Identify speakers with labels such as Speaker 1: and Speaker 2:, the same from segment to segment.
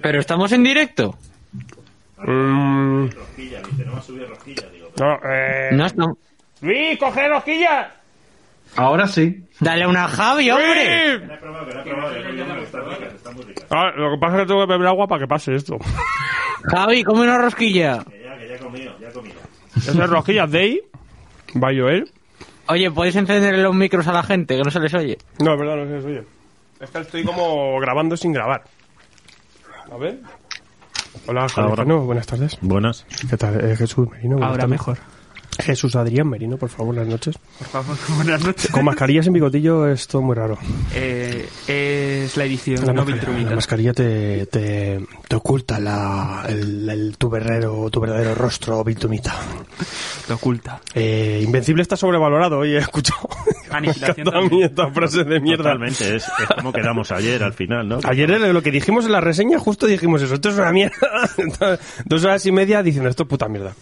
Speaker 1: Pero estamos en directo.
Speaker 2: Mm,
Speaker 3: Rosquilla, dice, no va a subir rosquilla, digo.
Speaker 2: no, eh...
Speaker 1: No estamos.
Speaker 2: ¡Luis, coge rosquillas!
Speaker 4: Ahora sí.
Speaker 1: Dale una Javi, hombre.
Speaker 2: ¡Luis!
Speaker 3: No he probado, que no he probado, que no, no, están ricas, están muy ricas.
Speaker 2: Ah, lo que pasa es que tengo que beber agua para que pase esto.
Speaker 1: Javi, come una rosquilla.
Speaker 3: Que ya, que ya he comido, ya he comido.
Speaker 2: Esas es rosquillas Day. Va ¿eh? a llover.
Speaker 1: Oye, ¿podéis encender los micros a la gente que no se les oye?
Speaker 2: No, es verdad, no sé, oye. Es que estoy como grabando sin grabar. A ver. Hola, Javier
Speaker 5: Ahora.
Speaker 2: Cano, buenas tardes.
Speaker 5: Buenas.
Speaker 2: ¿Qué tal? Eh, Jesús Merino. buenas
Speaker 5: Ahora
Speaker 2: tardes.
Speaker 5: mejor.
Speaker 2: Jesús Adrián Merino, por favor, buenas noches.
Speaker 5: Por favor, buenas noches.
Speaker 2: Con mascarillas en bigotillo es todo muy raro.
Speaker 5: Eh, es la edición
Speaker 2: La,
Speaker 5: no
Speaker 2: mascarilla, la
Speaker 5: Viltrumitas.
Speaker 2: mascarilla te, te, te oculta la, el, el- tu, verdadero, tu verdadero rostro, Viltumita.
Speaker 5: Lo oculta.
Speaker 2: Eh, Invencible está sobrevalorado, oye, he escuchado.
Speaker 5: Aniquilación
Speaker 2: Me encanta a mí esta frase de mierda.
Speaker 3: Totalmente, es, es como quedamos ayer al final, ¿no?
Speaker 2: Ayer en lo que dijimos en la reseña, justo dijimos eso. Esto es una mierda. Dos horas y media diciendo esto es puta mierda.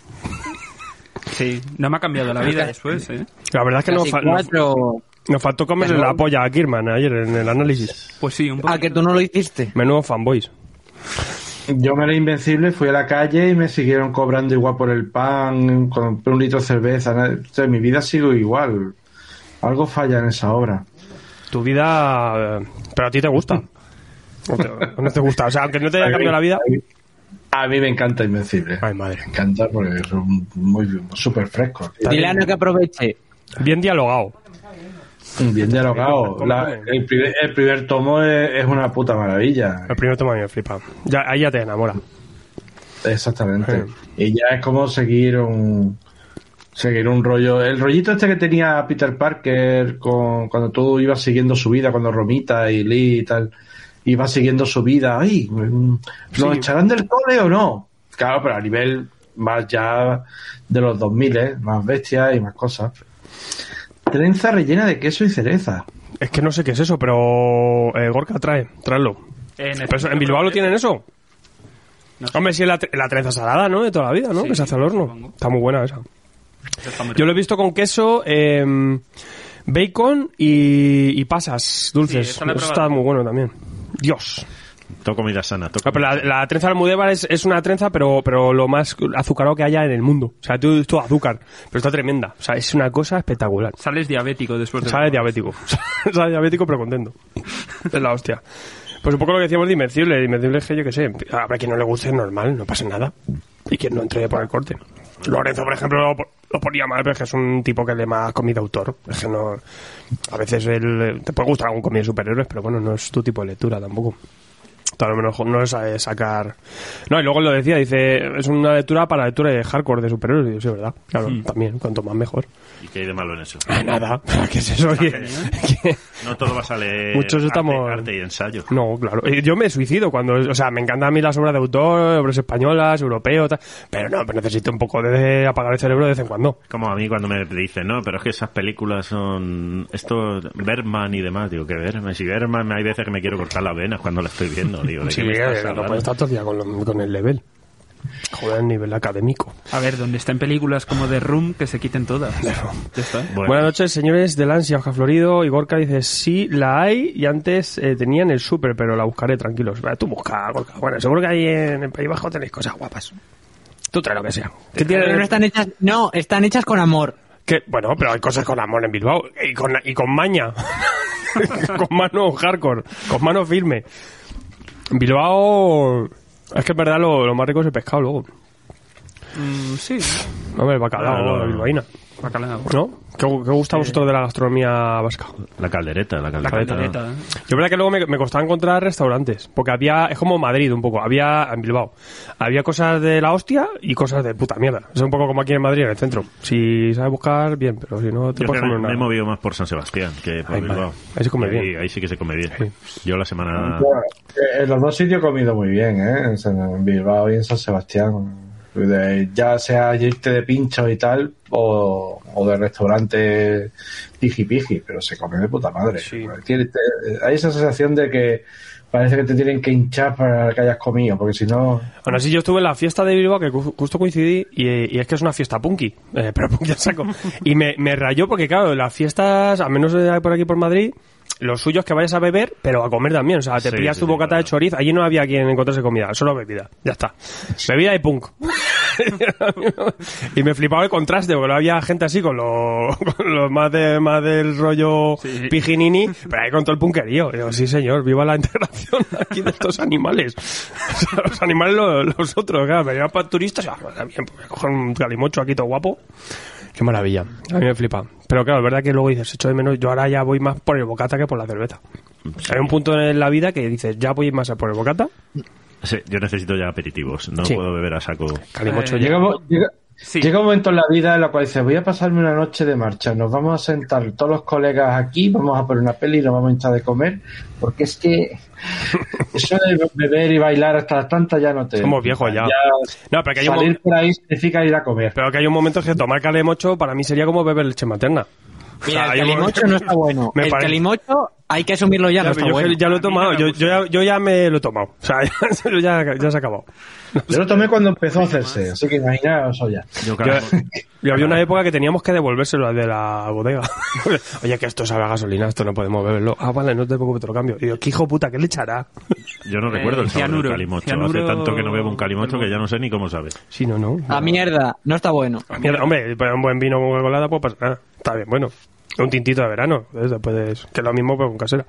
Speaker 5: Sí, no me ha cambiado la vida después, ¿eh?
Speaker 2: La verdad es que nos,
Speaker 1: Casi
Speaker 2: fa- nos-
Speaker 1: cuatro.
Speaker 2: nos faltó comerle
Speaker 1: Pero-
Speaker 2: la polla a Kirman ayer en el análisis.
Speaker 5: Pues sí, un poco.
Speaker 1: Ah, que tú no lo hiciste.
Speaker 2: Menudo fanboys.
Speaker 4: Yo me era invencible, fui a la calle y me siguieron cobrando igual por el pan, compré un litro de cerveza. na- o sea, mi vida sigo igual. Algo falla en esa obra.
Speaker 2: Tu vida... eh, Pero a ti te gusta. O te- o no te gusta. O sea, aunque no te haya cambiado la vida...
Speaker 4: A mí me encanta Invencible.
Speaker 2: Ay, madre.
Speaker 4: Me encanta porque es un- muy súper fresco. tío.
Speaker 1: Dile a Ana que aproveche.
Speaker 2: Bien dialogado.
Speaker 4: Bien dialogado. La- el, primer, el primer tomo es, es una puta maravilla.
Speaker 2: El primer toma me flipa. Ya, ahí ya te enamora.
Speaker 4: Exactamente. Y ya es como seguir un seguir un rollo. El rollito este que tenía Peter Parker con cuando tú ibas siguiendo su vida, cuando Romita y Lee y tal, ibas siguiendo su vida. Ay, ¿nos echarán del cole o no? Claro, pero a nivel más ya de los 2000, ¿eh? más bestias y más cosas. Trenza rellena de queso y cereza.
Speaker 2: Es que no sé qué es eso, pero... eh, Gorka, trae. Tráelo.
Speaker 5: En, este
Speaker 2: Pero eso- ¿En Bilbao lo tienen eso?
Speaker 5: No sé.
Speaker 2: Hombre, sí, la, tre- la trenza salada, ¿no? De toda la vida, ¿no?
Speaker 5: Sí,
Speaker 2: que se hace al horno.
Speaker 5: supongo.
Speaker 2: Está muy buena esa.
Speaker 5: Eso está muy
Speaker 2: Yo
Speaker 5: rico.
Speaker 2: lo he visto con queso, eh, bacon y, y pasas dulces.
Speaker 5: Sí, esa la he
Speaker 2: Eso
Speaker 5: probado.
Speaker 2: está muy bueno también. Dios.
Speaker 3: Todo comida sana, todo
Speaker 2: Ah, pero la,
Speaker 3: comida sana.
Speaker 2: la trenza de Almudévar es, es una trenza, pero, pero lo más azucarado que haya en el mundo. O sea, tú- es todo azúcar, pero está tremenda. O sea, es una cosa espectacular.
Speaker 5: Sales diabético después de...
Speaker 2: Sale diabético. Sale diabético, pero contento. Es la hostia. Pues un poco lo que decíamos de Invencible. Invencible es que yo qué sé. Habrá quien no le guste, es normal, no pasa nada. Y quien no entre por el corte. Lorenzo, por ejemplo, lo, po- lo ponía mal, pero es que es un tipo que le más comida autor. Es que no. A veces él, eh, te puede gustar algún comida de superhéroes, pero bueno, no es tu tipo de lectura tampoco. Tal vez no, no sabe sacar. No, y luego lo decía, dice, es una lectura para lectura de hardcore de superhéroes. Y yo, sí, ¿verdad? Claro, también, cuanto más mejor.
Speaker 3: ¿Y qué hay de malo en eso?
Speaker 2: Nada, ¿qué es eso? Que-
Speaker 3: No todo vas a leer
Speaker 2: Muchos
Speaker 3: arte-
Speaker 2: estamos-
Speaker 3: arte, y ensayo.
Speaker 2: No, claro. Eh, Yo me suicido cuando... O sea, me encantan a mí las obras de autor, obras españolas, europeos, tal, pero no, pero necesito un poco de apagar el cerebro de vez en cuando.
Speaker 3: Como a mí cuando me dicen, no, pero es que esas películas son... Esto, Berman y demás, digo, que Berman? Si Berman hay veces que me quiero cortar las venas cuando la estoy viendo, digo, ¿de
Speaker 2: Sí,
Speaker 3: qué me
Speaker 2: eh,
Speaker 3: estás
Speaker 2: no
Speaker 3: hablando?
Speaker 2: puedes estar todo el día con, lo- con el level. Joder, el nivel académico.
Speaker 5: A ver, donde están películas como The Room, que se quiten todas. Ya está.
Speaker 3: Bueno,
Speaker 2: Buenas noches, señores del Ansia, Oja Florido. Y Gorka dice, sí, la hay y antes eh, tenía en el súper, pero la buscaré, tranquilos. Vale, tú busca, Gorka. Bueno, seguro que ahí en el País Bajo tenéis cosas guapas. Tú trae lo que sea. ¿Qué tiene-
Speaker 1: Pero no están hechas. No, están hechas con amor.
Speaker 2: Que, bueno, pero hay cosas con amor en Bilbao. Y con, y con maña. con mano hardcore. Con mano firme. En Bilbao. Es que en verdad lo, lo más rico es el pescado luego.
Speaker 5: Mm, sí,
Speaker 2: Hombre, el bacalao,
Speaker 3: No, no,
Speaker 2: la
Speaker 3: no.
Speaker 2: bilbaína.
Speaker 5: bacalao.
Speaker 2: ¿No? ¿Qué, qué gusta a vosotros de la gastronomía vasca?
Speaker 3: La caldereta, la
Speaker 5: La ¿eh?
Speaker 3: caldereta.
Speaker 5: cantaleta.
Speaker 2: Yo verdad que luego me, me costaba encontrar restaurantes, porque había, es como Madrid un poco, había en Bilbao, había cosas de la hostia y cosas de puta mierda. Es un poco como aquí en Madrid, en el centro. Si sabes buscar, bien, pero si no, te
Speaker 3: Yo es
Speaker 2: puedes
Speaker 3: que me,
Speaker 2: comer
Speaker 3: me he
Speaker 2: una...
Speaker 3: movido más por San Sebastián que por
Speaker 2: Ay, madre.
Speaker 3: Bilbao.
Speaker 2: Ahí se come
Speaker 3: Y
Speaker 2: bien. Ah.
Speaker 3: Ahí sí que se come bien. Yo la semana...
Speaker 4: Eh, En los dos sitios he comido muy bien, ¿eh? En San- en Bilbao y en San Sebastián. De- ya sea irte de pincho y tal, o, o de restaurante piji-piji, pero se come de puta madre. Pues, Tiene- te- hay esa sensación de que parece que te tienen que hinchar para que hayas comido, porque si no...
Speaker 2: Aún así, yo estuve en la fiesta de Bilbao, que ju- justo coincidí, y, y es que es una fiesta punky, eh, pero punky al saco. Y me, me rayó porque, claro, las fiestas, a menos de por aquí por Madrid, lo suyo es que vayas a beber, pero a comer también. O sea, te
Speaker 3: Sí,
Speaker 2: pillas
Speaker 3: sí,
Speaker 2: tu
Speaker 3: sí,
Speaker 2: bocata de
Speaker 3: claro.
Speaker 2: chorizo. Allí no había quien encontrase comida, solo bebida. Ya está. Bebida y punk. y me flipaba el contraste, porque había gente así con los lo más, de, más del rollo pijinini, pero ahí con todo el punquerío. Y digo, sí, señor, viva la integración aquí de estos animales. O sea, los animales, lo- los, otros, claro, me llevan para turistas. Ah, está bien, pues voy a coger un calimocho aquí todo guapo. Qué maravilla. A mí me flipa. Pero claro, es verdad que luego dices, echo de menos. Yo ahora ya voy más por el bocata que por la cerveza. Pues Hay un punto en la vida que dices, ya voy más a por el bocata.
Speaker 3: Sí, yo necesito ya aperitivos, no
Speaker 2: Sí.
Speaker 3: puedo beber a saco.
Speaker 2: Calimocho
Speaker 5: Eh,
Speaker 2: llega.
Speaker 4: Llega, mo- llega-
Speaker 5: Sí.
Speaker 4: llega un momento en la vida en la cual dices, voy a pasarme una noche de marcha, nos vamos a sentar todos los colegas aquí, vamos a poner una peli y nos vamos a echar de comer, porque es que eso de beber y bailar hasta las tantas ya no te...
Speaker 2: Somos viejos ya. No, pero que hay un,
Speaker 4: eh, salir
Speaker 2: mo-
Speaker 4: por ahí significa ir a comer.
Speaker 2: pero que hay un momento que tomar calimocho para mí sería como beber leche materna.
Speaker 1: Mira,
Speaker 2: Ah,
Speaker 1: el
Speaker 2: yo-
Speaker 1: calimocho no está bueno.
Speaker 2: Me
Speaker 1: el
Speaker 2: parece-
Speaker 1: calimocho hay que asumirlo ya, no
Speaker 2: Ya,
Speaker 1: está
Speaker 2: yo,
Speaker 1: bueno.
Speaker 2: ya lo he tomado,
Speaker 5: me
Speaker 2: yo, yo, ya, yo ya me lo he tomado. O sea, ya, yo ya- ya se ha acabado.
Speaker 4: Yo lo tomé cuando empezó a hacerse, así que imaginaos ya.
Speaker 2: Yo,
Speaker 3: Yo, cada-
Speaker 2: yo había una época que teníamos que devolvérselo al de la bodega. Oye, que esto sabe a gasolina, esto no podemos beberlo. Ah, vale, no te preocupes, te lo cambio. Y yo, ¿qué hijo puta, qué le echará?
Speaker 3: yo no recuerdo el
Speaker 5: Eh,
Speaker 3: sabor
Speaker 5: cianuro,
Speaker 3: del calimocho.
Speaker 5: cianuro-
Speaker 3: Hace tanto que no bebo un calimocho que ya no sé ni cómo sabe.
Speaker 2: Sí, no, no.
Speaker 1: La mierda, no está bueno.
Speaker 2: Mierda, hombre, para un buen vino con una colada, pues pasa nada. Está bien, bueno. Un tintito de verano, ¿ves? después de eso, que es lo mismo pero con casera.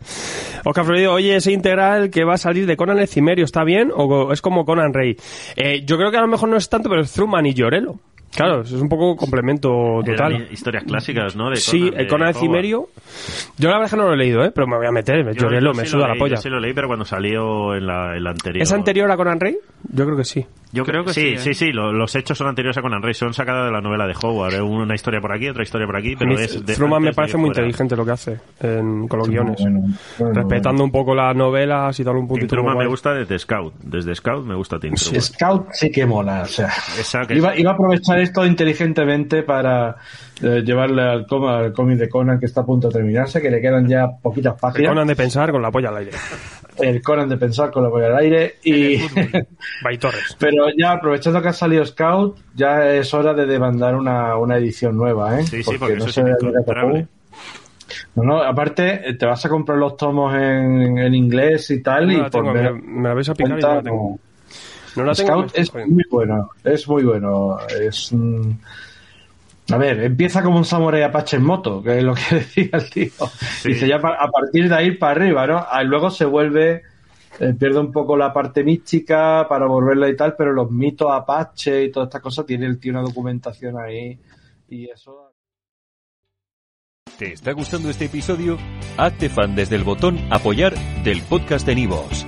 Speaker 2: Oscar Florido, oye, ese integral que va a salir de Conan el Cimerio, ¿está bien? ¿O co- es como Conan Rey? Eh, yo creo que a lo mejor no es tanto, pero es Truman y Llorelo. Claro, es un poco complemento Pues total.
Speaker 3: Eran historias clásicas, ¿no? De
Speaker 2: sí, el
Speaker 3: de
Speaker 2: Conan el
Speaker 3: Howard.
Speaker 2: Cimerio. Yo la verdad es que no lo he leído, ¿eh? pero me voy a meter.
Speaker 3: Yo-
Speaker 2: Llorelo,
Speaker 3: yo
Speaker 2: me
Speaker 3: sí lo
Speaker 2: suda la
Speaker 3: leí,
Speaker 2: polla.
Speaker 3: Yo sí lo leí, pero cuando salió en la, en la anterior.
Speaker 2: ¿Es anterior a Conan Rey? Yo creo que sí.
Speaker 3: Yo
Speaker 5: Creo
Speaker 3: creo
Speaker 5: que
Speaker 3: que
Speaker 5: sí,
Speaker 3: sí.
Speaker 5: ¿eh?
Speaker 3: Sí, sí, lo- los hechos son anteriores a Conan Rey, son sacadas de la novela de Howard. Es una historia por aquí, otra historia por aquí,
Speaker 2: A
Speaker 3: pero
Speaker 2: mí
Speaker 3: es de
Speaker 2: Truman
Speaker 3: antes
Speaker 2: me
Speaker 3: de
Speaker 2: parece muy
Speaker 3: fuera.
Speaker 2: inteligente lo que hace en- con los guiones.
Speaker 4: Bueno, bueno,
Speaker 2: Respetando un poco las novelas y darle un
Speaker 3: Tim
Speaker 2: puntito.
Speaker 3: Truman
Speaker 2: más.
Speaker 3: me gusta desde Scout. Desde Scout me gusta Tim Truman.
Speaker 4: Scout sí que mola, o sea.
Speaker 2: Ah,
Speaker 3: Esa que-
Speaker 4: Iba, iba a aprovechar esto inteligentemente para eh, llevarle al, coma, al cómic de Conan que está a punto de terminarse, que le quedan ya poquitas
Speaker 2: El
Speaker 4: páginas.
Speaker 2: Conan de pensar con la polla al aire.
Speaker 4: el Conan de pensar con la boya al aire y
Speaker 2: By Torres.
Speaker 4: pero ya aprovechando que ha salido Scout ya es hora de demandar una, una edición nueva ¿eh?
Speaker 3: Sí, sí, porque eso es
Speaker 4: se ve de
Speaker 3: incontrable.
Speaker 4: no, no, aparte eh, te vas a comprar los tomos en, en inglés y tal
Speaker 2: No
Speaker 4: y
Speaker 2: la tengo,
Speaker 4: por
Speaker 2: me,
Speaker 4: ver-
Speaker 2: me la vais a picar y no la
Speaker 4: cuenta,
Speaker 2: tengo. No
Speaker 4: no.
Speaker 2: la tengo. me
Speaker 4: Scout
Speaker 2: estoy
Speaker 4: es
Speaker 2: jodiendo.
Speaker 4: muy bueno, es muy bueno. Es un- A ver, empieza como un samurai apache en moto, que es lo que decía el tío. Dice ya pa- a partir de ahí para arriba, ¿no? Ah, luego se vuelve, eh, pierde un poco la parte mística para volverla y tal, pero los mitos apache y todas estas cosas tiene el tío una documentación ahí y eso.
Speaker 6: ¿Te está gustando este episodio? Hazte fan desde el botón Apoyar del podcast de Nivos.